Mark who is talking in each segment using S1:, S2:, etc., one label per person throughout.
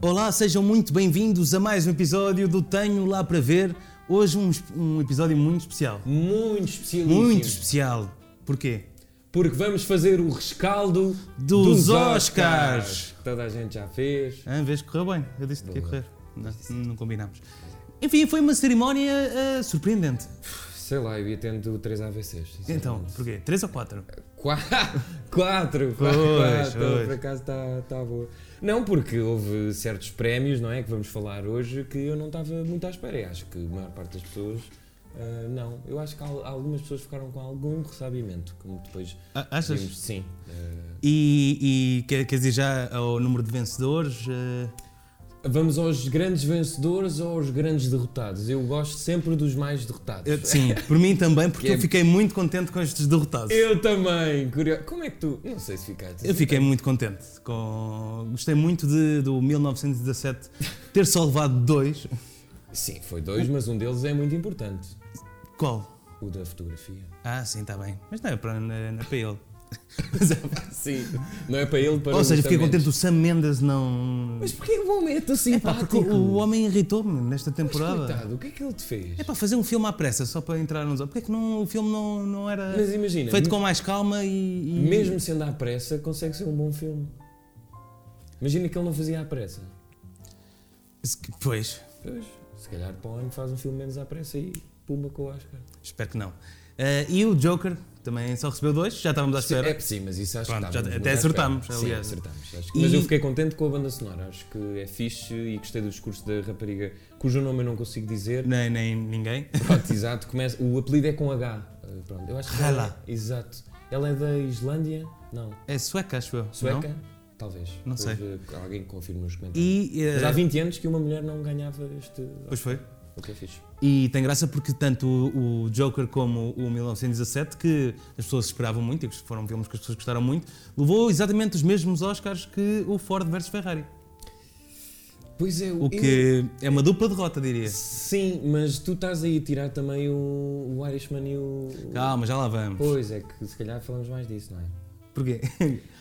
S1: Olá, sejam muito bem-vindos a mais um episódio do Tenho Lá para Ver. Hoje um, um episódio muito especial.
S2: Muito especialíssimo.
S1: Muito especial. Porquê?
S2: Porque vamos fazer o rescaldo
S1: Dos
S2: dos
S1: Oscars.
S2: Oscars. Toda a gente já fez.
S1: Ah, vês que correu bem. Eu disse que ia correr. Não, não combinámos. Enfim, foi uma cerimónia ah, surpreendente.
S2: Sei lá, eu ia tendo 3 AVCs. sinceramente.
S1: Então, porquê? Três ou quatro?
S2: Qua- Quatro!
S1: Pois,
S2: quatro!
S1: pois.
S2: Por acaso está tá boa. Não, porque houve certos prémios, não é? Que vamos falar hoje que eu não estava muito à espera. E acho que a maior parte das pessoas. ah, não, eu acho que al- algumas pessoas ficaram com algum ressabimento, como depois
S1: Ah, achas?
S2: vimos. Sim. Ah,
S1: E, e quer, quer dizer já ao número de vencedores? ah,
S2: Vamos aos grandes vencedores ou aos grandes derrotados? Eu gosto sempre dos mais derrotados.
S1: eu- sim, por mim também, porque
S2: Que é-
S1: eu fiquei muito contente com estes derrotados.
S2: Eu também, curioso. Como é que tu. Não sei se ficaste.
S1: Eu fiquei muito contente. Com... Gostei muito de, do 1917 ter só levado dois.
S2: Sim, foi dois, mas um deles é muito importante.
S1: Qual?
S2: O da fotografia.
S1: Ah, sim,
S2: tá
S1: está bem. Mas não é para, não é- não é para ele. Mas é-
S2: Sim. Não é para ele, para
S1: Ou
S2: os
S1: seja, fiquei
S2: também.
S1: contente. O Sam Mendes não.
S2: Mas porquê o homem é tão
S1: É pá, porque
S2: simpático?
S1: o homem irritou-me nesta
S2: Mas,
S1: temporada.
S2: coitado, o que é que ele te fez?
S1: É para fazer um filme à pressa, só para entrar nos. Porquê é que não, o filme não, não era
S2: Mas imagina,
S1: feito
S2: me-
S1: com mais calma e. e-
S2: mesmo sendo à pressa, consegue ser um bom filme. Imagina que ele não fazia à pressa.
S1: Se- Pois,
S2: Pois, se calhar para o ano faz um filme menos à pressa e pumba com o Oscar.
S1: espero que não. Ah, e o Joker também só recebeu dois, já estávamos à espera.
S2: É, sim, mas isso acho
S1: Pronto,
S2: que
S1: já-
S2: estávamos
S1: até
S2: muito à
S1: acertámos,
S2: espera. Sim,
S1: aliás.
S2: acertámos. acho que-
S1: E-
S2: Mas eu fiquei contente com a banda sonora, acho que é fixe e gostei do discurso da rapariga, cujo nome eu não consigo dizer.
S1: Nem, nem ninguém.
S2: Pronto, exato, começa, o apelido é com H. Uh, Pronto, eu acho que
S1: Hala.
S2: ela- Exato. Ela é da Islândia? Não.
S1: É sueca, acho eu.
S2: Sueca?
S1: não?
S2: Talvez.
S1: Não
S2: Depois,
S1: sei.
S2: uh, alguém confirma nos comentários.
S1: E, eh,
S2: Mas há 20 anos que uma mulher não ganhava este.
S1: Pois foi.
S2: O que é fixe.
S1: E tem graça porque tanto o, o Joker como o 1917, que as pessoas esperavam muito e que foram filmes que as pessoas gostaram muito, levou exatamente os mesmos Oscars que o Ford versus Ferrari.
S2: Pois é,
S1: O que é uma dupla derrota, diria.
S2: Sim, mas tu estás aí a tirar também o, o Irishman e o.
S1: Calma, já lá vamos.
S2: Pois é, que se calhar falamos mais disso, não é?
S1: Porquê?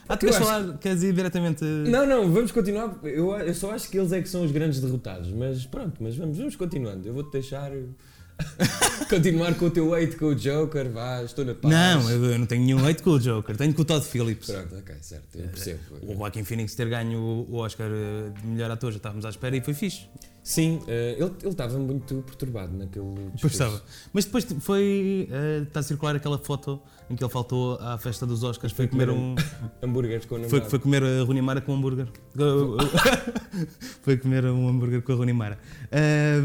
S1: Ah, tu
S2: Eu
S1: queres
S2: acho
S1: falar, queres ir diretamente.
S2: Não, não, vamos continuar. Eu, eu só acho que eles é que são os grandes derrotados, mas pronto, mas vamos, vamos continuando. Eu vou-te deixar continuar com o teu hate com o Joker, vá, estou na paz.
S1: Não, eu, eu não tenho nenhum hate com o Joker, tenho com o Todd Phillips.
S2: Pronto, ok, certo, eu percebo.
S1: É, O Joaquin Phoenix ter ganho o o Oscar eh, de melhor ator, já estávamos à espera e foi fixe.
S2: Sim, eh, ele ele estava muito perturbado naquele discurso.
S1: Pois estava. Mas depois t- foi. eh, Está a circular aquela foto em que ele faltou à festa dos Oscars. Foi comer um.
S2: Hambúrgueres com o
S1: Foi,
S2: namorado.
S1: foi comer a Rooney Mara com um hambúrguer. foi comer um hambúrguer com a Rooney Mara. Eh,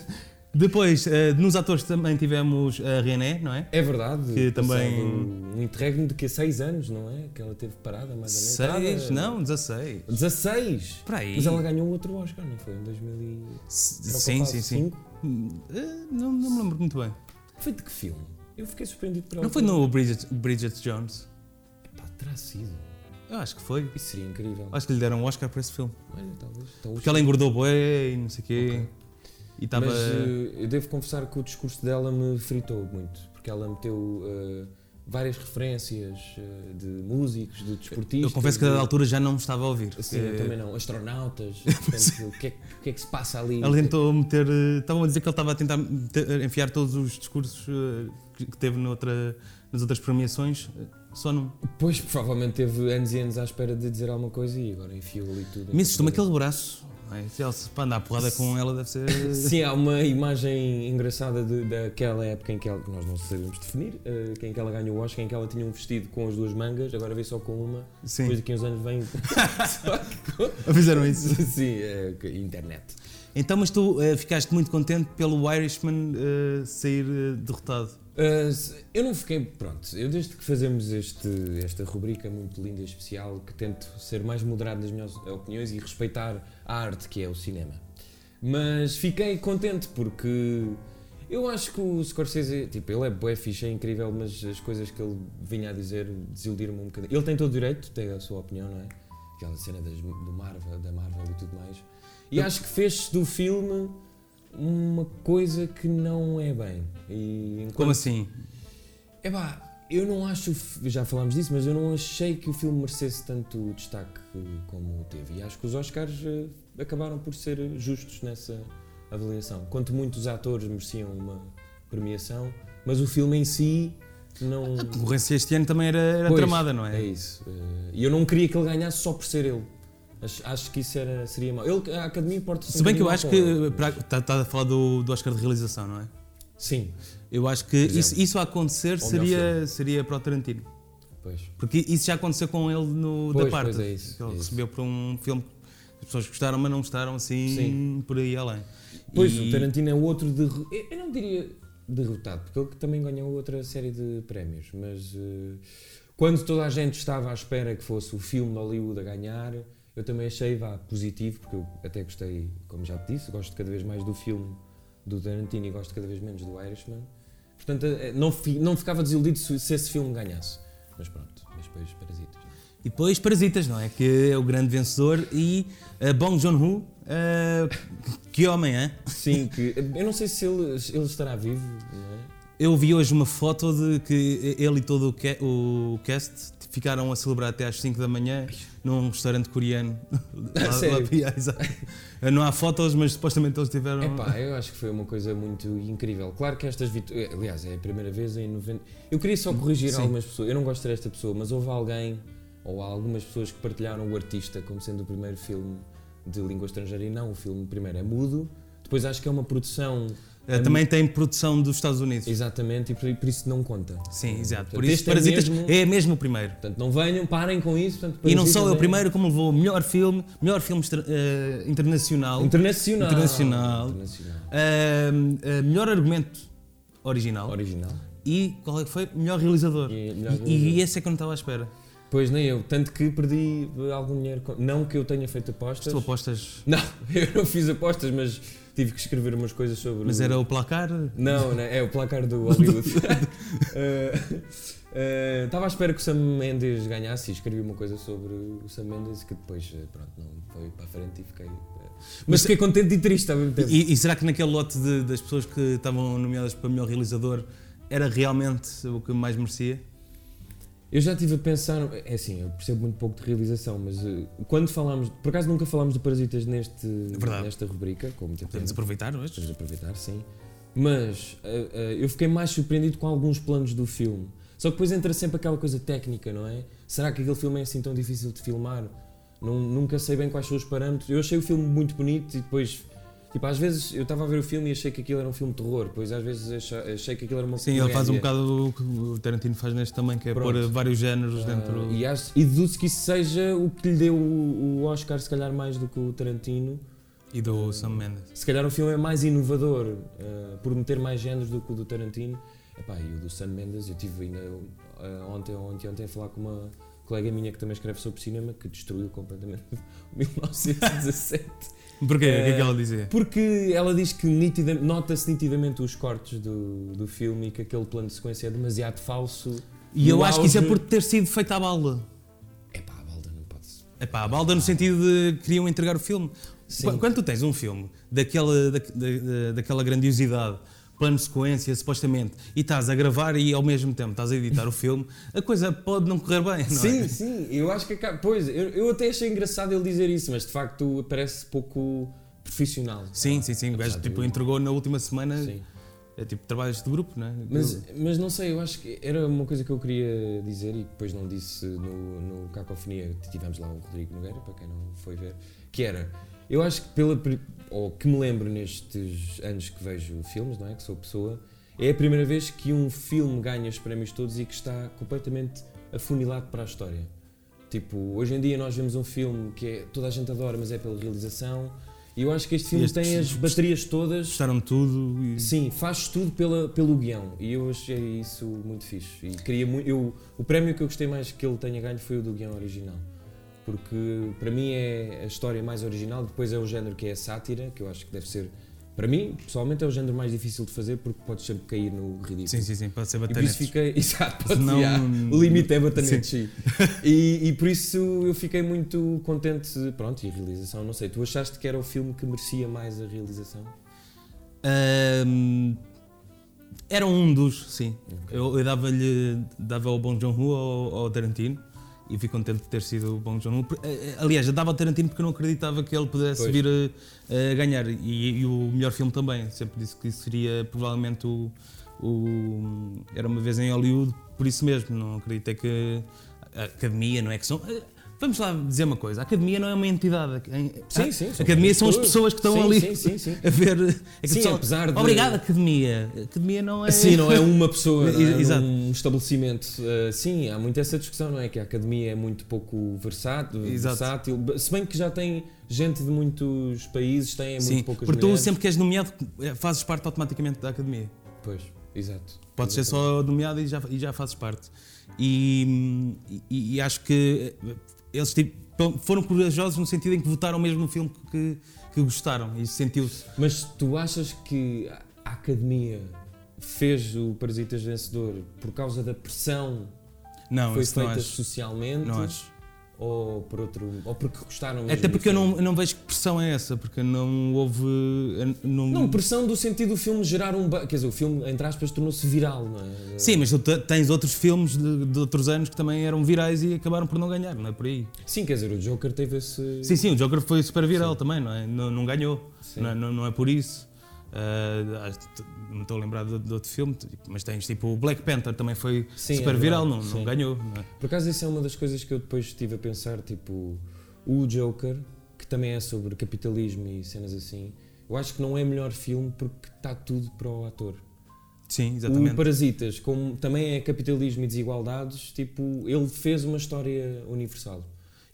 S1: depois, eh, nos atores também tivemos a René, não é?
S2: É verdade.
S1: Que
S2: passado
S1: também-
S2: Um interregno de que 6 anos, não é? Que ela teve parada, mais ou menos.
S1: seis
S2: Parada.
S1: Não, 16.
S2: 16!
S1: Espera aí.
S2: Mas ela ganhou outro Oscar, não foi? Em 2000 e...
S1: S- Sim, sim, sim. Hum, eh, Não, não me lembro muito bem.
S2: Foi de que filme? Eu fiquei surpreendido por
S1: Não foi no Bridget, Bridget Jones?
S2: Pá, terá sido.
S1: Eu acho que foi.
S2: Isso seria incrível.
S1: Acho que lhe deram um Oscar para esse filme.
S2: Olha, talvez. talvez.
S1: Porque ela engordou bué e não sei o quê.
S2: Ok.
S1: E estava.
S2: Mas eh, eu devo confessar que o discurso dela me fritou muito. Porque ela meteu eh, várias referências eh, de músicos, de desportistas.
S1: Eu confesso que a
S2: de-
S1: dada altura já não me estava a ouvir.
S2: Sim,
S1: Eh,
S2: eu também não. Astronautas. portanto, o, que é, que- o que é que se passa ali?
S1: Ele tentou meter. eh, Estavam a dizer que ele estava a tentar meter- enfiar todos os discursos eh, que que teve noutra, nas outras premiações, eh, só num.
S2: Pois, provavelmente teve anos e anos à espera de dizer alguma coisa e agora enfiou ali tudo.
S1: Me assustou-me aquele braço. Ai, Se ele se para andar a porrada com ela, deve ser.
S2: Sim, há uma imagem engraçada de- daquela época em que ela, que nós não sabemos definir, eh, quem que ela ganhou o Oscar, em que ela tinha um vestido com as duas mangas, agora vem só com uma, depois
S1: Sim,
S2: daqui a uns anos vem. só que com-
S1: fizeram Então isso.
S2: Sim, é, que- internet.
S1: Então, mas tu eh, ficaste muito contente pelo Irishman eh, sair eh, derrotado.
S2: Uh, se- eu não fiquei. Pronto, eu desde que fazemos este, esta rubrica muito linda e especial, que tento ser mais moderado nas minhas opiniões e respeitar a arte que é o cinema. Mas fiquei contente porque eu acho que o Scorsese, tipo, ele é bué fixe, é incrível, mas as coisas que ele vinha a dizer desiludiram-me um bocadinho. Ele tem todo o direito, tem a sua opinião, não é? Aquela cena das, do Marvel, da Marvel e tudo mais. E acho que fez do filme uma coisa que não é bem. E enquanto-
S1: Como assim?
S2: é pá, Eu não acho, o fi- já falámos disso, mas eu não achei que o filme merecesse tanto destaque como teve. E acho que os Oscars eh, acabaram por ser justos nessa avaliação. Quanto muitos atores mereciam uma premiação, mas o filme em si não.
S1: A concorrência este ano também era, Ah, era
S2: Pois,
S1: tramada, não
S2: É
S1: é?
S2: isso. Eh, E eu não queria que ele ganhasse só por ser ele. Acho, acho que isso era, seria mau. Ele, a academia importa-se. um
S1: Se bem que eu acho que. Estás a falar do, do Oscar de realização, não é?
S2: Sim,
S1: Eu acho que
S2: Por
S1: isso,
S2: exemplo.
S1: isso a acontecer
S2: é. melhor
S1: seria, seria para o Tarantino.
S2: pois.
S1: Porque isso já aconteceu com ele no
S2: Pois,
S1: da parte.
S2: pois é isso,
S1: que ele
S2: é isso.
S1: recebeu por um filme que as pessoas gostaram, mas não gostaram assim
S2: Sim.
S1: por aí além.
S2: Pois,
S1: E-
S2: o Tarantino é o outro de. Eu eu não diria derrotado, porque ele que também ganhou outra série de prémios, mas eh, quando toda a gente estava à espera que fosse o filme de Hollywood a ganhar, eu também achei vá, positivo, porque eu até gostei, como já te disse, gosto cada vez mais do filme do Tarantino e gosto cada vez menos do Irishman. Portanto, eh, não, fi- não ficava desiludido se, se esse filme ganhasse. Mas pronto, mas depois Parasitas.
S1: E depois Parasitas, não é? Que é o grande vencedor e eh, Bong Joon-ho, eh, que homem, é?
S2: Sim, que. Eu não sei se ele, ele estará vivo, não é?
S1: Eu vi hoje uma foto de que ele e todo o, ca- o cast ficaram a celebrar até às 5 da manhã num restaurante coreano. Lá- lá-
S2: sério?
S1: yeah, exato. não há fotos, mas supostamente eles tiveram.
S2: Epá, eu acho que foi uma coisa muito incrível. Claro que estas vitórias. Aliás, é a primeira vez em 90. Eu queria só corrigir
S1: Sim.
S2: algumas pessoas. Eu não gosto desta pessoa, mas houve alguém ou há algumas pessoas que partilharam o artista como sendo o primeiro filme de língua estrangeira e não. O filme primeiro é mudo. Depois acho que é uma produção.
S1: Eh, também tem produção dos Estados Unidos.
S2: Exatamente, e por, por isso não conta.
S1: Sim, exato. Por
S2: Portanto,
S1: isso,
S2: este é
S1: Parasitas
S2: mesmo-
S1: é mesmo o primeiro.
S2: Portanto, não venham, parem com isso. Portanto,
S1: E não
S2: Parasitas
S1: só é o
S2: é
S1: primeiro, como levou o melhor filme, melhor filme estra- eh, internacional,
S2: Internacional.
S1: Internacional.
S2: Internacional.
S1: ehm, eh, melhor argumento original
S2: Original.
S1: e qual é que foi? Melhor realizador.
S2: E-
S1: E,
S2: melhor
S1: e
S2: realizador.
S1: esse é que eu não estava à espera.
S2: Pois nem eu. Tanto que perdi algum dinheiro. com- Não que eu tenha feito apostas.
S1: Tu apostas,
S2: Não, eu não fiz apostas, mas tive que escrever umas coisas sobre.
S1: mas
S2: o-
S1: era o placar.
S2: Não, não, é o placar do Hollywood. Eh, eh, Estava à espera que o Sam Mendes ganhasse e escrevi uma coisa sobre o Sam Mendes que depois, eh, pronto, não foi para a frente e fiquei. eh, Mas, fiquei contente e triste ao mesmo tempo.
S1: E, e será que naquele lote de- das pessoas que estavam nomeadas para melhor realizador era realmente o que mais merecia?
S2: Eu já estive a pensar, é assim, eu percebo muito pouco de realização, mas eh, quando falámos, por acaso nunca falámos de Parasitas neste,
S1: É verdade.
S2: nesta rubrica, com muita pena.
S1: Podemos aproveitar hoje?
S2: Vamos aproveitar, sim. Mas eh, eh, eu fiquei mais surpreendido com alguns planos do filme. Só que depois entra sempre aquela coisa técnica, não é? Será que aquele filme é assim tão difícil de filmar? Nun- nunca sei bem quais são os parâmetros. Eu achei o filme muito bonito e depois. Tipo, às vezes eu estava a ver o filme e achei que aquilo era um filme de terror, depois às vezes acha- achei que aquilo era uma
S1: Sim, ele faz um
S2: comédia.
S1: bocado o que o Tarantino faz neste também, que é
S2: Pronto.
S1: pôr vários géneros dentro.
S2: Ah, e, acho- e deduzo que isso seja o que lhe deu o, o Oscar, se calhar mais do que o Tarantino.
S1: E do Sam Mendes.
S2: Se calhar o filme é mais inovador eh, por meter mais géneros do que o do Tarantino. Epá, e o do Sam Mendes, eu tive ainda eh, ontem ou ontem, ontem a falar com uma colega minha que também escreve sobre cinema que destruiu completamente 1917.
S1: Porquê? O que é que
S2: Eh,
S1: ela dizia?
S2: Porque ela diz que nitida- nota-se nitidamente os cortes do, do filme e que aquele plano de sequência é demasiado falso.
S1: E eu
S2: No
S1: acho que isso é
S2: auge-
S1: por ter sido feito à balda.
S2: Epá, a balda não pode ser.
S1: Epá, a balda no sentido de queriam entregar o filme.
S2: Ah. Sim.
S1: Qu- Quando tu tens um filme daquela, da, da- daquela grandiosidade, plano de sequência, supostamente, e estás a gravar e ao mesmo tempo estás a editar o filme, a coisa pode não correr bem, não
S2: Sim,
S1: é?
S2: sim, eu acho que acaba. Pois, eu, eu até achei engraçado ele dizer isso, mas de facto parece pouco profissional.
S1: Sim, sim, sim. O gajo tipo, entregou na última semana.
S2: Sim.
S1: É tipo trabalhos de grupo, não é?
S2: Mas, mas não sei, eu acho que era uma coisa que eu queria dizer e que depois não disse no, no Cacofonia, que tivemos lá o Rodrigo Nogueira, para quem não foi ver, que era, eu acho que pela, pri- ou que me lembro nestes anos que vejo filmes, não é, que sou pessoa, é a primeira vez que um filme ganha os prémios todos e que está completamente afunilado para a história. Tipo, hoje em dia nós vemos um filme que é, toda a gente adora, mas é pela realização, e eu acho que este filme
S1: Este-
S2: tem as baterias todas...
S1: Gostaram de tudo e
S2: Sim, faz tudo pela, pelo guião e eu achei isso muito fixe. E queria muito, eu, o prémio que eu gostei mais que ele tenha ganho foi o do guião original. Porque para mim é a história mais original, depois é o género que é a sátira, que eu acho que deve ser. Para mim, pessoalmente, é o género mais difícil de fazer porque podes sempre cair no ridículo.
S1: sim, sim, sim, pode ser
S2: E por isso
S1: batanetes.
S2: fiquei. Exato, pode
S1: Senão-
S2: já, O limite é batanetes. sim. E, e por isso eu fiquei muito contente. Pronto, e a realização, não sei. Tu achaste que era o filme que merecia mais a realização?
S1: Ahm, Era um dos, sim. Eu, eu dava-lhe, dava ao Bong Joon-ho ou ao Tarantino e fico contente de ter sido o Bong Joon-ho. Por- eh, eh, Aliás, eu dava ao Tarantino porque eu não acreditava que ele pudesse
S2: Pois.
S1: vir eh, a, a ganhar e, e o melhor filme também. Sempre disse que isso seria provavelmente o, o- Era uma vez em Hollywood, por isso mesmo. Não acreditei que a academia, não é que são. eh, Vamos lá dizer uma coisa, a academia não é uma entidade.
S2: Sim, sim,
S1: A
S2: são
S1: academia são as pessoas
S2: pessoas.
S1: que estão
S2: Sim,
S1: ali
S2: sim, sim, sim.
S1: a ver. é que
S2: Sim,
S1: o pessoal-
S2: apesar de-
S1: Obrigado, academia. Academia não é.
S2: Sim, não é uma pessoa, não é?
S1: Exato.
S2: um estabelecimento. Uh, sim, há muito essa discussão, não é? Que a academia é muito pouco versátil,
S1: Exato.
S2: versátil. Se bem que já tem gente de muitos países, tem
S1: Sim,
S2: muito poucas
S1: porque tu
S2: mulheres.
S1: sempre que és nomeado, eh, fazes parte automaticamente da academia.
S2: Pois, exato.
S1: Podes ser
S2: Exatamente.
S1: só nomeado e já, e já fazes parte. E, e- e acho que eh, eles tipo, pelo- foram corajosos no sentido em que votaram mesmo no filme que, que gostaram. E isso sentiu-se.
S2: Mas tu achas que a- a academia fez o Parasitas vencedor por causa da pressão
S1: Não,
S2: que foi
S1: isso não
S2: feita
S1: acho.
S2: socialmente?
S1: Não acho.
S2: Ou por outro. Ou porque gostaram mesmo
S1: Até
S2: do
S1: porque eu
S2: filme?
S1: não, eu não vejo que pressão é essa, porque não houve. eh, Não,
S2: Não, pressão do sentido do filme gerar um. ba- Quer dizer, o filme, entre aspas, tornou-se viral, não é?
S1: Sim, mas tu te- tens outros filmes de, de outros anos que também eram virais e acabaram por não ganhar, não é por aí?
S2: Sim, quer dizer, o Joker teve esse.
S1: Sim, sim, o Joker foi super viral também, não é? Não, não ganhou,
S2: Sim.
S1: não, é- não, não é por isso. Ah, acho que t- não estou a lembrar de, de outro filme, t- mas tens tipo o Black Panther também foi
S2: Sim, é
S1: super viral, não,
S2: verdade,
S1: não
S2: sim.
S1: ganhou. não é?
S2: Por acaso, isso é uma das coisas que eu depois estive a pensar, tipo, o Joker, que também é sobre capitalismo e cenas assim, eu acho que não é melhor filme porque está tudo para o ator.
S1: Sim, exatamente.
S2: O Parasitas, como também é capitalismo e desigualdades, tipo, ele fez uma história universal.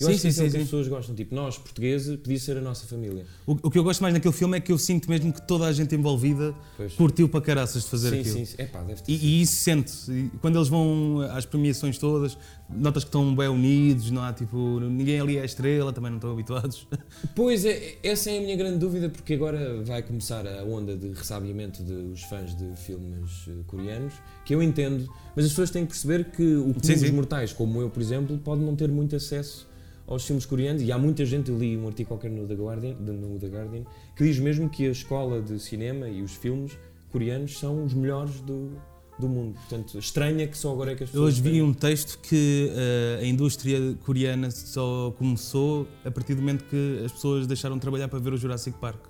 S2: Eu
S1: Sim,
S2: acho
S1: sim,
S2: que isso é o
S1: sim,
S2: que
S1: sim.
S2: as pessoas gostam, tipo, nós, portugueses, podia ser a nossa família.
S1: O, o que eu gosto mais naquele filme é que eu sinto mesmo que toda a gente envolvida
S2: Pois.
S1: curtiu para caraças de fazer
S2: sim,
S1: aquilo.
S2: sim, sim. Epá, deve ter
S1: E,
S2: sido.
S1: e isso sente-se. E Quando eles vão às premiações todas, notas que estão bem unidos, não há tipo. Ninguém ali é estrela, também não estão habituados.
S2: Pois, é, essa é a minha grande dúvida, porque agora vai começar a onda de ressabiamento dos fãs de filmes eh, coreanos, que eu entendo, mas as pessoas têm que perceber que o comum
S1: Sim,
S2: dos
S1: sim.
S2: mortais, como eu, por exemplo, pode não ter muito acesso aos filmes coreanos, e há muita gente, eu li um artigo qualquer no The Guardian, de- no The Guardian que diz mesmo que a escola de cinema e os filmes coreanos são os melhores do, do mundo. Portanto, estranha que só agora é que as
S1: Eu
S2: pessoas...
S1: hoje vi
S2: têm-
S1: um texto que eh, a indústria coreana só começou a partir do momento que as pessoas deixaram de trabalhar para ver o Jurassic Park.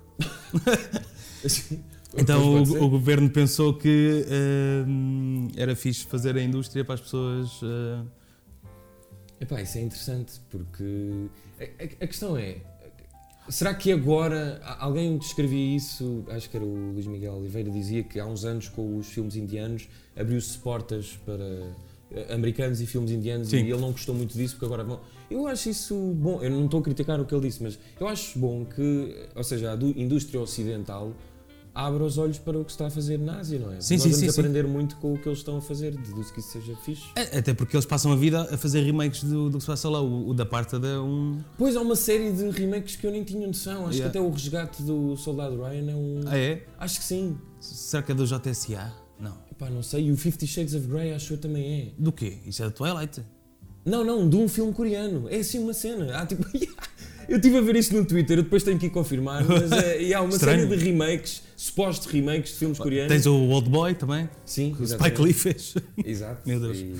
S2: Assim,
S1: Então
S2: pode ser.
S1: o, o governo pensou que eh, era fixe fazer a indústria para as pessoas. eh,
S2: Epá, isso é interessante porque a, a- a questão é: será que agora a- alguém descrevia isso? Acho que era o Luís Miguel Oliveira, dizia que há uns anos com os filmes indianos abriu-se portas para eh, americanos e filmes indianos
S1: Sim.
S2: e ele não gostou muito disso porque agora vão. Eu acho isso bom, eu não estou a criticar o que ele disse, mas eu acho bom que, ou seja, a du- indústria ocidental abra os olhos para o que se está a fazer na Ásia, não é?
S1: Sim,
S2: Nós
S1: sim,
S2: vamos
S1: sim, sim.
S2: aprender muito com o que eles estão a fazer, deduzo que isso seja fixe.
S1: a- até porque eles passam a vida a fazer remakes do, do que se passa lá. O, o da parte é um.
S2: Pois há uma série de remakes que eu nem tinha noção. Acho
S1: Yeah.
S2: que até o resgate do Soldado Ryan é um.
S1: Ah, é?
S2: Acho que sim.
S1: Será que é do JSA? Não.
S2: Epá, não sei. E o Fifty Shades of Grey acho eu também é.
S1: Do quê? Isso é da Twilight.
S2: Não, não, de um filme coreano. É assim uma cena. Há tipo. eu estive a ver isso no Twitter, eu depois tenho que ir confirmar. Mas é, e há uma
S1: Estranho.
S2: série de remakes, supostos remakes de filmes coreanos.
S1: Tens o Old Boy também,
S2: Sim,
S1: que o
S2: exatamente.
S1: Spike Lee fez.
S2: Exato.
S1: Meu Deus.
S2: E-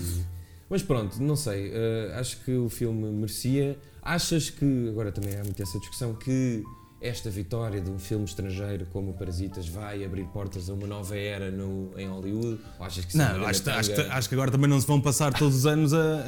S2: Mas pronto, não sei. eh, acho que o filme merecia. Achas que. Agora também há muito essa discussão que esta vitória de um filme estrangeiro como o Parasitas vai abrir portas a uma nova era no, em Hollywood? Ou achas que isso é uma
S1: Não,
S2: grande
S1: acho, que- tá-
S2: tanga?
S1: acho que- acho que agora também não se vão passar todos os anos a,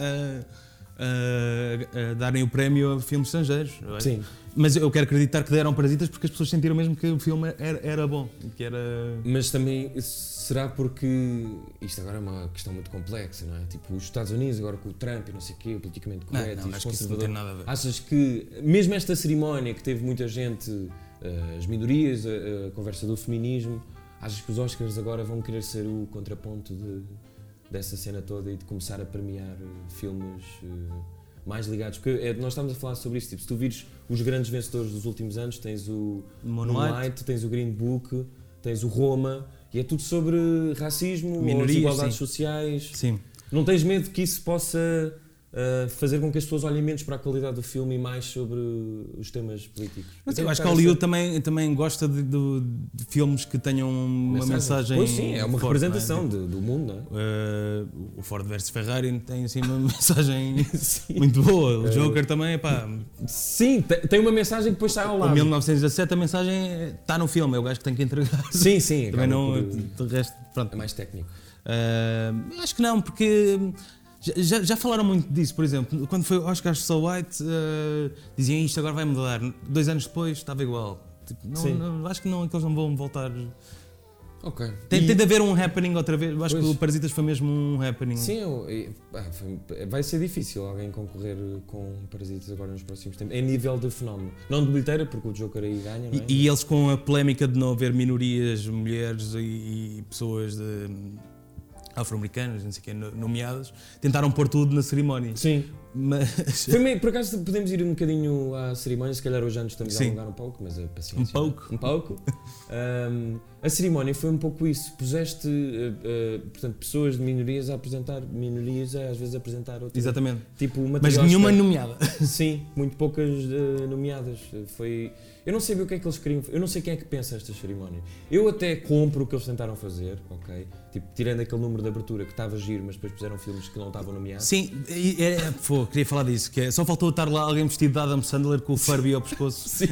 S1: a- a- a darem o prémio a filmes estrangeiros. não é?
S2: Sim.
S1: Mas eu quero acreditar que deram parasitas porque as pessoas sentiram mesmo que o filme era, era bom. e Que era...
S2: Mas também será porque isto agora é uma questão muito complexa, não é? Tipo, os Estados Unidos agora com o Trump e não sei o quê, politicamente
S1: Não,
S2: correto,
S1: não,
S2: e os
S1: acho que isso não tem
S2: conservadores.
S1: nada a ver.
S2: Achas que, mesmo esta cerimónia que teve muita gente, eh, as minorias, eh, a, a conversa do feminismo, achas que os Oscars agora vão querer ser o contraponto de- dessa cena toda e de começar a premiar eh, filmes eh, mais ligados? Porque eh, nós estamos a falar sobre isso, tipo, se tu vires os grandes vencedores dos últimos anos, tens o
S1: Moonlight.
S2: Moonlight, tens o Green Book, tens o Roma, e é tudo sobre racismo, ou
S1: Minorias,
S2: desigualdades
S1: sim.
S2: sociais.
S1: Sim.
S2: Não tens medo que isso possa ah, ah, fazer com que as pessoas olhem menos para a qualidade do filme e mais sobre os temas políticos.
S1: Mas
S2: tenho
S1: eu acho que
S2: um bocado
S1: Hollywood
S2: essa-
S1: também, também gosta de, de- de filmes que tenham uma mensagem.
S2: Pois sim, é uma
S1: forte, não é?
S2: representação de- do mundo, não é?
S1: Eh, o Ford versus Ferrari tem assim uma mensagem muito boa. O Joker também, pá.
S2: Sim, te- tem uma mensagem que depois sai ao
S1: O
S2: lado.
S1: 1917 a mensagem está no filme, é o gajo que tem que entregar.
S2: Sim, sim.
S1: Também
S2: acaba
S1: não,
S2: por-
S1: de resto,
S2: É
S1: pronto.
S2: mais técnico.
S1: Eh, acho que não, porque já- já, já falaram muito disso, por exemplo, quando foi o Oscar So White, eh, diziam isto agora vai mudar. Dois anos depois estava igual. Tipo, não-
S2: Sim.
S1: não- acho que não, que eles não vão voltar.
S2: Ok.
S1: Tem,
S2: E-
S1: tem de haver um happening outra vez. Eu Acho que
S2: Pois.
S1: o Parasitas foi mesmo um happening.
S2: Sim, eu- e- ah, foi- vai ser difícil alguém concorrer eh, com Parasitas agora nos próximos tempos. É nível de fenómeno. Não de bilheteira, porque o Joker aí ganha, não é?
S1: E, e eles com a polémica de não haver minorias, mulheres e, e pessoas de afro-americanas, não sei quê, no- nomeadas, tentaram pôr tudo na cerimónia.
S2: Sim.
S1: Mas
S2: Foi meio- por acaso podemos ir um bocadinho à cerimónia, se calhar hoje já nos estamos
S1: Sim.
S2: a alongar um pouco, mas a paciência.
S1: Um pouco.
S2: Um pouco. Ahm, a cerimónia foi um pouco isso. Puseste ah, ah, portanto, pessoas de minorias a apresentar minorias, a, às vezes a apresentar outras.
S1: exatamente.
S2: Tipo uma
S1: Mas
S2: triosca.
S1: nenhuma nomeada.
S2: Sim, muito poucas eh, nomeadas. Foi. Eu não sabia o que é que eles queriam. Eu não sei quem é que pensa estas cerimónias. Eu até compro o que eles tentaram fazer, ok? Tipo, tirando aquele número de abertura que estava giro, mas depois puseram filmes que não estavam nomeados.
S1: Sim, e- é, pô, queria falar disso, que é, só faltou estar lá alguém vestido de Adam Sandler com o Furby ao pescoço.
S2: Sim,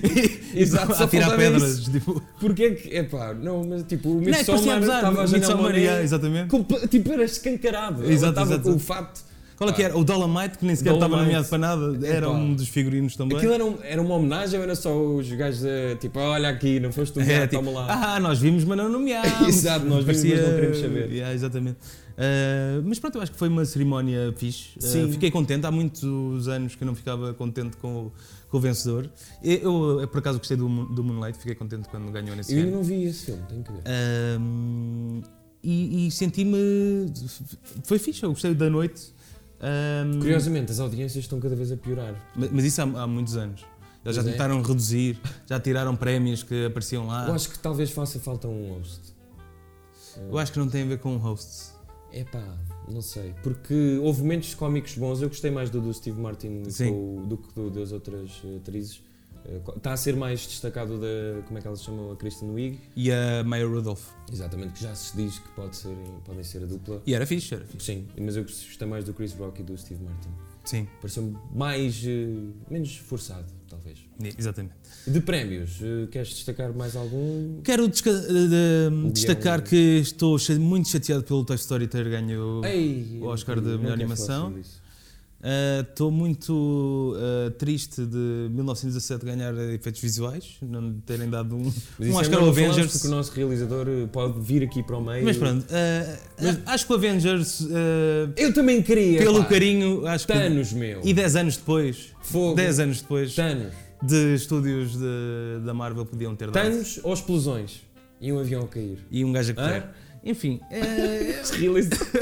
S1: E
S2: exato, só
S1: a tirar
S2: faltava
S1: pedras. Tipo,
S2: Porque é que. É pá, não, mas tipo, o
S1: não é que parecia
S2: Midsommar
S1: abusar,
S2: estava a janela
S1: Midsommar, yeah,
S2: Maria.
S1: exatamente.
S2: Tipo, era escancarado. Ela
S1: Exato,
S2: estava
S1: exato.
S2: com o fato.
S1: Qual é que
S2: Pá.
S1: era? O Dolomite, que nem sequer estava
S2: Dolomite.
S1: nomeado para nada, era
S2: Epá.
S1: um dos figurinos também.
S2: Aquilo era, um- era uma homenagem ou era só os gajos a, tipo, olha aqui, não foste tu,
S1: É,
S2: é,
S1: tipo,
S2: toma lá.
S1: ah, nós vimos, mas não nomeámos.
S2: Exato, nós vimos, mas não queremos saber.
S1: Yeah, exatamente. Ah, mas pronto, eu acho que foi uma cerimónia fixe. Ah,
S2: Sim.
S1: fiquei contente. Há muitos anos que eu não ficava contente com o, com o vencedor. Eu, eu, eh, por acaso, gostei do, Moon- do Moonlight. Fiquei contente quando ganhou nesse
S2: eu ainda
S1: ano.
S2: não vi esse filme, tenho que ver.
S1: Ahm, e e senti-me. Foi fixe, eu gostei da noite. Ahm,
S2: Curiosamente, as audiências estão cada vez a piorar.
S1: mas, mas isso há, há muitos anos. Eles já
S2: Pois é.
S1: tentaram reduzir, já tiraram prémios que apareciam lá.
S2: Eu acho que talvez faça falta um host.
S1: Eu acho que não tem a ver com o host.
S2: É pá, não sei. Porque houve momentos cómicos bons. Eu gostei mais do, do Steve Martin
S1: Sim.
S2: com- do que do- das outras eh, atrizes. Está a ser mais destacado da. Como é que elas chamam? A Kristen Wiig.
S1: e a Maya Rudolph.
S2: Exatamente, que já se diz que pode ser, podem ser a dupla.
S1: E era fixe, era fixe.
S2: Sim, mas eu gostei mais do Chris Rock e do Steve Martin.
S1: Sim,
S2: Pareceu-me mais. eh, menos forçado, talvez.
S1: e- exatamente.
S2: De prémios, eh, queres destacar mais algum?
S1: Quero desca- eh, de-
S2: Leão.
S1: destacar que estou cha- muito chateado pelo Toy Story ter ganho.
S2: Ei,
S1: o Oscar
S2: eu
S1: de
S2: não
S1: melhor
S2: quero falar
S1: animação.
S2: sobre isso.
S1: Eh, Estou muito eh, triste de 1917 ganhar efeitos visuais, não terem dado um,
S2: Mas
S1: um
S2: isso
S1: Oscar
S2: é melhor
S1: ao
S2: não falarmos,
S1: Avengers.
S2: Porque o nosso realizador eh, pode vir aqui para o meio.
S1: Mas pronto, eh,
S2: Mas-
S1: acho que o Avengers, eh,
S2: Eu também queria.
S1: pelo
S2: pá.
S1: carinho, acho que.
S2: Thanos, meu.
S1: E 10 anos depois,
S2: Fogo.
S1: 10 anos depois,
S2: Thanos.
S1: de estúdios de- da Marvel podiam ter dado.
S2: Thanos ou explosões? E um avião a cair.
S1: E um gajo a correr.
S2: Hã?
S1: Enfim, eh,
S2: Esse realizador.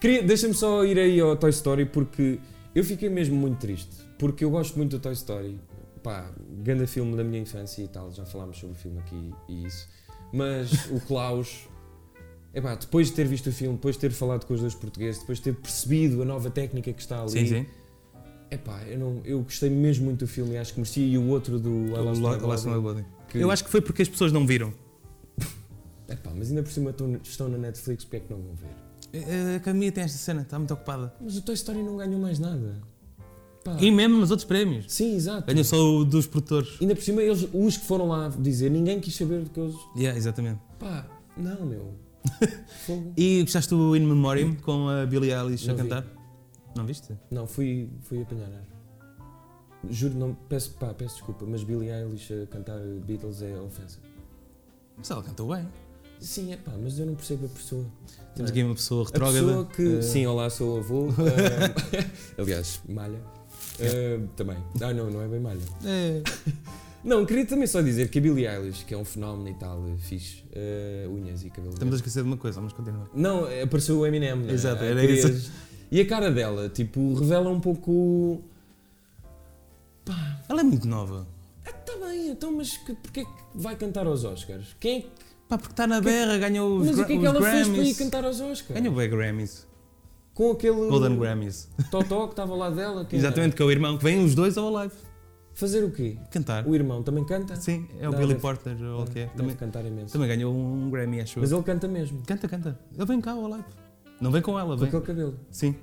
S2: Queria- Deixa-me só ir aí ao Toy Story porque eu fiquei mesmo muito triste. Porque eu gosto muito do Toy Story. Pá, grande filme da minha infância e tal. Já falámos sobre o filme aqui e isso. Mas o Klaus. Epá, depois de ter visto o filme, depois de ter falado com os dois portugueses, depois de ter percebido a nova técnica que está ali,
S1: sim, sim.
S2: Epá, eu, não, eu gostei mesmo muito do filme e acho que merecia. E o outro do I
S1: O
S2: Lost
S1: Lo-
S2: My Body,
S1: Lost My Body.
S2: que-
S1: Eu acho que foi porque as pessoas não viram.
S2: Epá, mas ainda por cima estão, estão na Netflix, porque é que não vão ver?
S1: Eh, A academia tem esta cena, está muito ocupada.
S2: Mas o Toy Story não ganhou mais nada. Pá.
S1: Ah. E mesmo nos outros prémios.
S2: Sim, exato.
S1: Ganhou só o dos produtores.
S2: Ainda por cima, eles, os que foram lá dizer, ninguém quis saber do que eles.
S1: Yeah, exatamente.
S2: Pá, não, meu. Fogo.
S1: E gostaste do In Memoriam com a Billie Eilish
S2: Não
S1: a
S2: vi.
S1: cantar? Não viste?
S2: Não, fui, fui apanhar ar. Juro, não, peço, pá, peço desculpa, mas Billie Eilish a cantar Beatles é ofensa.
S1: Mas ela cantou bem.
S2: Sim, é pá, mas eu não percebo a pessoa. Não
S1: Temos
S2: é?
S1: aqui uma pessoa
S2: A
S1: retrógrada.
S2: pessoa que.
S1: eh,
S2: Sim, olá, sou o avô. eh, aliás, malha. Eh, também. Ah, não, não é bem malha.
S1: é,
S2: Não, queria também só dizer que a Billie Eilish, que é um fenómeno e tal, eh, fixe, eh, unhas e cabelo.
S1: estamos a
S2: verde.
S1: esquecer de uma coisa, vamos continuar.
S2: Não, eh, apareceu o Eminem. não é?
S1: Exato,
S2: Ah,
S1: era
S2: querias-
S1: isso.
S2: E a cara dela, tipo, revela um pouco.
S1: Ela é muito nova.
S2: Ah, tá bem, então, mas que, porquê que vai cantar aos Oscars? Quem é que-
S1: Pá, porque está na berra, ganhou os,
S2: Mas o
S1: gra-
S2: que é que
S1: os
S2: ela
S1: Grammys.
S2: fez para ir cantar aos Oscars?
S1: Ganhou bem Grammys.
S2: com aquele
S1: Golden Grammys.
S2: totó que estava ao lado dela. quem era?
S1: Exatamente, que é o irmão, que vêm os dois ao live
S2: Fazer o quê?
S1: cantar.
S2: O irmão também canta?
S1: Sim, é o
S2: Não,
S1: Billy
S2: deve-
S1: Porter, ou o que é.
S2: Deve
S1: Também,
S2: cantar imenso.
S1: também ganhou um Grammy, acho eu.
S2: Mas ele canta mesmo,
S1: Canta, canta. Ele vem cá ao live. Não vem com ela,
S2: com
S1: vem.
S2: aquele cabelo.
S1: Sim.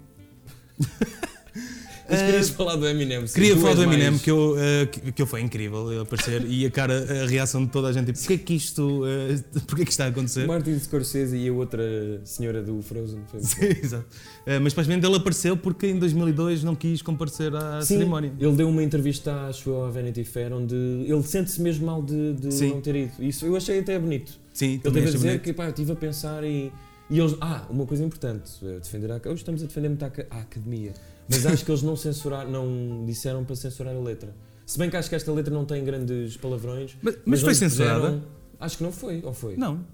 S2: Mas
S1: Ah,
S2: querias falar do Eminem. sim,
S1: Queria
S2: tu
S1: falar
S2: és
S1: do Eminem,
S2: mais-
S1: que, eu, eh, que, que ele foi incrível ele aparecer e a cara, a reação de toda a gente, tipo, porquê que isto, eh, porquê que isto está a acontecer?
S2: Martin Scorsese e a outra senhora do Frozen. foi-
S1: Sim, exato. Eh, mas supostamente ele apareceu porque em 2002 não quis comparecer à
S2: Sim,
S1: cerimónia.
S2: Ele deu uma entrevista, acho eu, à Vanity Fair, onde ele sente-se mesmo mal de, de
S1: Sim.
S2: não ter ido. Isso eu achei até bonito.
S1: Sim,
S2: Ele
S1: também
S2: teve a
S1: achei
S2: dizer
S1: bonito.
S2: que, pá, eu estive a pensar e. E eles. Ah, uma coisa importante, eh, defender a, hoje estamos a defender muito a, aca- a academia. Mas acho que eles não censuraram, não disseram para censurar a letra. Se bem que acho que esta letra não tem grandes palavrões.
S1: Mas, mas um- foi
S2: onde
S1: censurada?
S2: puseram- acho que não foi, ou foi?
S1: Não,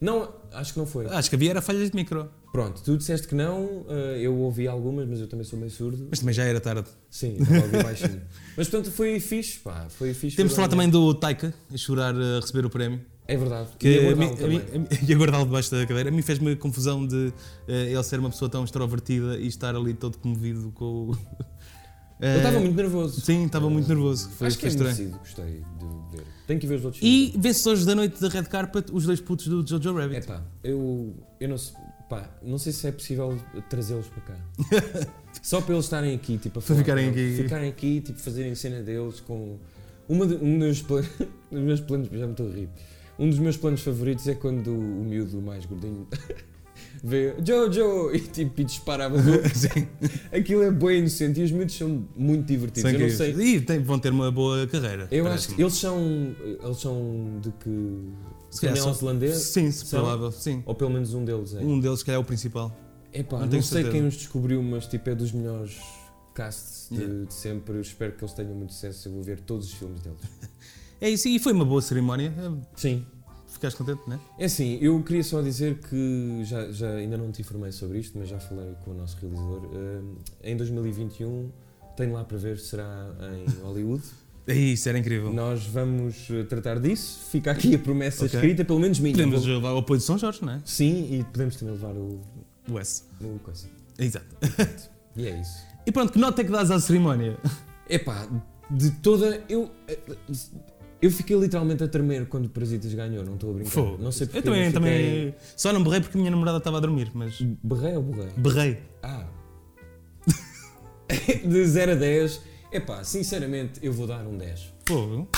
S2: Não, acho que não foi.
S1: acho que havia era falhas de micro,
S2: Pronto, tu disseste que não, eh, eu ouvi algumas, mas eu também sou meio surdo.
S1: mas também já era tarde.
S2: Sim, estava a ouvir baixinho. Mas portanto foi fixe, pá, foi fixe.
S1: Temos de falar
S2: foi bem.
S1: também do Taika, a chorar a receber o prémio.
S2: É verdade.
S1: Que
S2: e
S1: a
S2: abordá-lo
S1: mim- a
S2: também.
S1: mim- a mim- e aguardá-lo debaixo da cadeira. A mim fez-me confusão de eh, ele ser uma pessoa tão extrovertida e estar ali todo comovido com o.
S2: Ele estava
S1: Eh,
S2: muito nervoso.
S1: Sim, estava muito
S2: Eh,
S1: nervoso. Foi,
S2: Acho que
S1: foi
S2: é
S1: estranho.
S2: merecido, gostei de ver. Tenho que ver os outros
S1: E vencedores da noite da Red Carpet, os dois putos do Jojo
S2: É
S1: Rabbit.
S2: pá, eu, eu não, sei, pá, não sei se é possível trazê-los para cá. Só para eles estarem aqui, tipo, a falar,
S1: ficarem
S2: para eles
S1: aqui.
S2: ficarem aqui, tipo, fazerem cena deles com. Uma de- um dos, pla- dos meus planos, já me estou a rir. Um dos meus planos favoritos é quando o, o miúdo mais gordinho vê Jojo e tipo e dispara a bazuca.
S1: Sim,
S2: Aquilo é bem inocente e os miúdos são muito divertidos.
S1: são
S2: tipo, eu não
S1: incríveis.
S2: sei.
S1: E tem- vão ter uma boa carreira.
S2: Eu acho
S1: parece-me.
S2: que eles são. Eles são de que.
S1: Se
S2: São
S1: calhar são-
S2: neozelandês?
S1: Sim, se
S2: é são-
S1: provável, sim.
S2: Ou pelo menos um deles é.
S1: Um deles, se calhar, é o principal.
S2: Epá,
S1: Não
S2: não,
S1: tenho
S2: sei
S1: certeza.
S2: quem os descobriu, mas tipo, é dos melhores casts de,
S1: Yeah.
S2: de sempre. Eu espero que eles tenham muito sucesso. Eu vou ver todos os filmes deles.
S1: É isso, e foi uma boa cerimónia. Eh,
S2: Sim.
S1: Ficaste contente, não é?
S2: É assim, eu queria só dizer que já, já ainda não te informei sobre isto, mas já falei com o nosso realizador. Hum, em 2021, tenho um, lá para ver, será em Hollywood.
S1: É Isso, era incrível.
S2: Nós vamos eh, tratar disso. Fica aqui a promessa
S1: Ok.
S2: escrita, pelo menos minha.
S1: Podemos
S2: Vou-
S1: levar o apoio de São Jorge, não é?
S2: Sim, e podemos também levar o,
S1: O S.
S2: o coisa.
S1: Exato.
S2: E é isso.
S1: E pronto, que nota é que dás à cerimónia?
S2: Epá, de toda. Eu. Eu fiquei literalmente a tremer quando o Parasitas ganhou, não estou a brincar.
S1: Fogo.
S2: Não sei
S1: eu
S2: porque
S1: também,
S2: eu fiquei-
S1: também. Só não berrei porque a minha namorada estava a dormir, mas.
S2: Berrei ou borrei?
S1: Berrei.
S2: Ah. de 0 a 10. Epá, sinceramente, eu vou dar um 10.
S1: Fogo.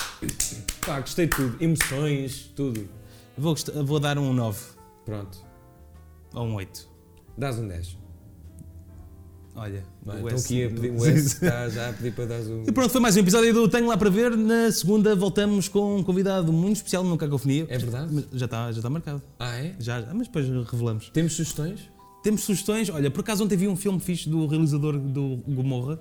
S2: Pá, gostei de tudo. Emoções, tudo.
S1: Vou, gost- vou dar um 9
S2: Pronto.
S1: ou um 8.
S2: Dás um 10.
S1: Olha,
S2: Vai,
S1: o
S2: Então
S1: S
S2: aqui a pedir, o
S1: Sim,
S2: S
S1: sim.
S2: está já a pedir para dar um.
S1: E pronto, foi mais um episódio do Tenho Lá Para Ver. Na segunda voltamos com um convidado muito especial no Cacofonia.
S2: É verdade?
S1: Mas Já está já está marcado.
S2: Ah, é?
S1: Já, já, mas depois revelamos.
S2: Temos sugestões?
S1: Temos sugestões. Olha, por acaso ontem vi um filme fixe do realizador do Gomorra,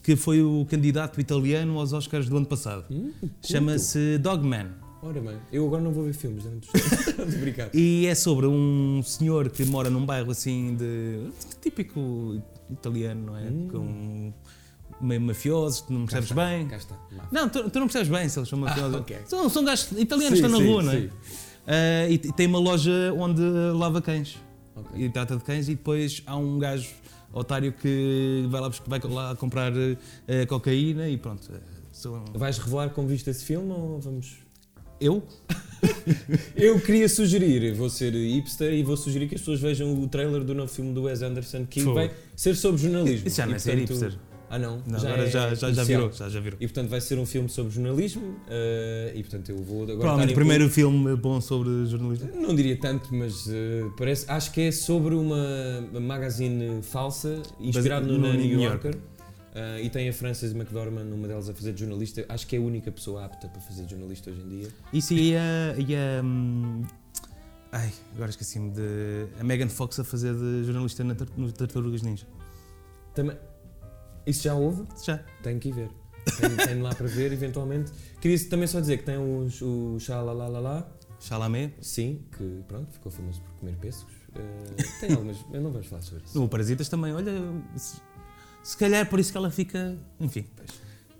S1: que foi o candidato italiano aos Oscars do ano passado.
S2: Hum, curto.
S1: Chama-se Dogman.
S2: Ora bem, eu agora não vou ver filmes durante os. Obrigado.
S1: E é sobre um senhor que mora num bairro assim de. típico italiano, não é? Com meio mafiosos, que não percebes bem.
S2: Hum. Cá está. Má.
S1: Não, tu, tu não percebes bem se eles são mafiosos.
S2: ok.
S1: São, são gajos italianos que estão na
S2: Sim,
S1: rua,
S2: sim,
S1: não é?
S2: sim.
S1: Ah, e t- tem uma loja onde lava cães
S2: Ok.
S1: e trata de cães, e depois há um gajo otário que vai lá, buscar- vai lá comprar eh, cocaína e pronto. eh, são-
S2: Vais revelar como viste esse filme ou vamos.
S1: Eu?
S2: Eu queria sugerir, vou ser hipster e vou sugerir que as pessoas vejam o trailer do novo filme do Wes Anderson que
S1: Fogo.
S2: vai ser sobre jornalismo.
S1: Isso já não é
S2: E,
S1: ser
S2: portanto-
S1: hipster.
S2: Ah não,
S1: Não, agora
S2: é
S1: já, já, já
S2: comercial.
S1: virou. Já, já virou.
S2: E portanto vai ser um filme sobre jornalismo eh, e portanto eu vou agora.
S1: Provavelmente o
S2: estar em-
S1: primeiro filme bom sobre jornalismo.
S2: Não diria tanto, mas eh, parece. Acho que é sobre uma uma magazine falsa inspirado no,
S1: no
S2: na New
S1: New
S2: Yorker. Eh, e tem a Frances McDormand, uma delas, a fazer de jornalista. Acho que é a única pessoa apta para fazer de jornalista hoje em dia.
S1: Isso e a. E a hum, ai, agora esqueci-me de. A Megan Fox a fazer de jornalista na tar, no Tartarugas Ninja.
S2: Também. Isso já houve?
S1: Já.
S2: Tenho que ir ver. Tenho, tenho lá para ver, eventualmente. Queria também só dizer que tem os, o Xalalalala,
S1: Chalamet.
S2: sim, que pronto, ficou famoso por comer pêssegos. Eh, tem algumas, mas não vamos falar sobre isso.
S1: No Parasitas também, olha. Se, se calhar por isso que ela fica. Enfim.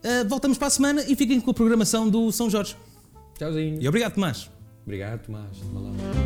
S1: Ah, voltamos para a semana e fiquem com a programação do São Jorge.
S2: Tchauzinho.
S1: E obrigado, Tomás.
S2: Obrigado, Tomás. Malão.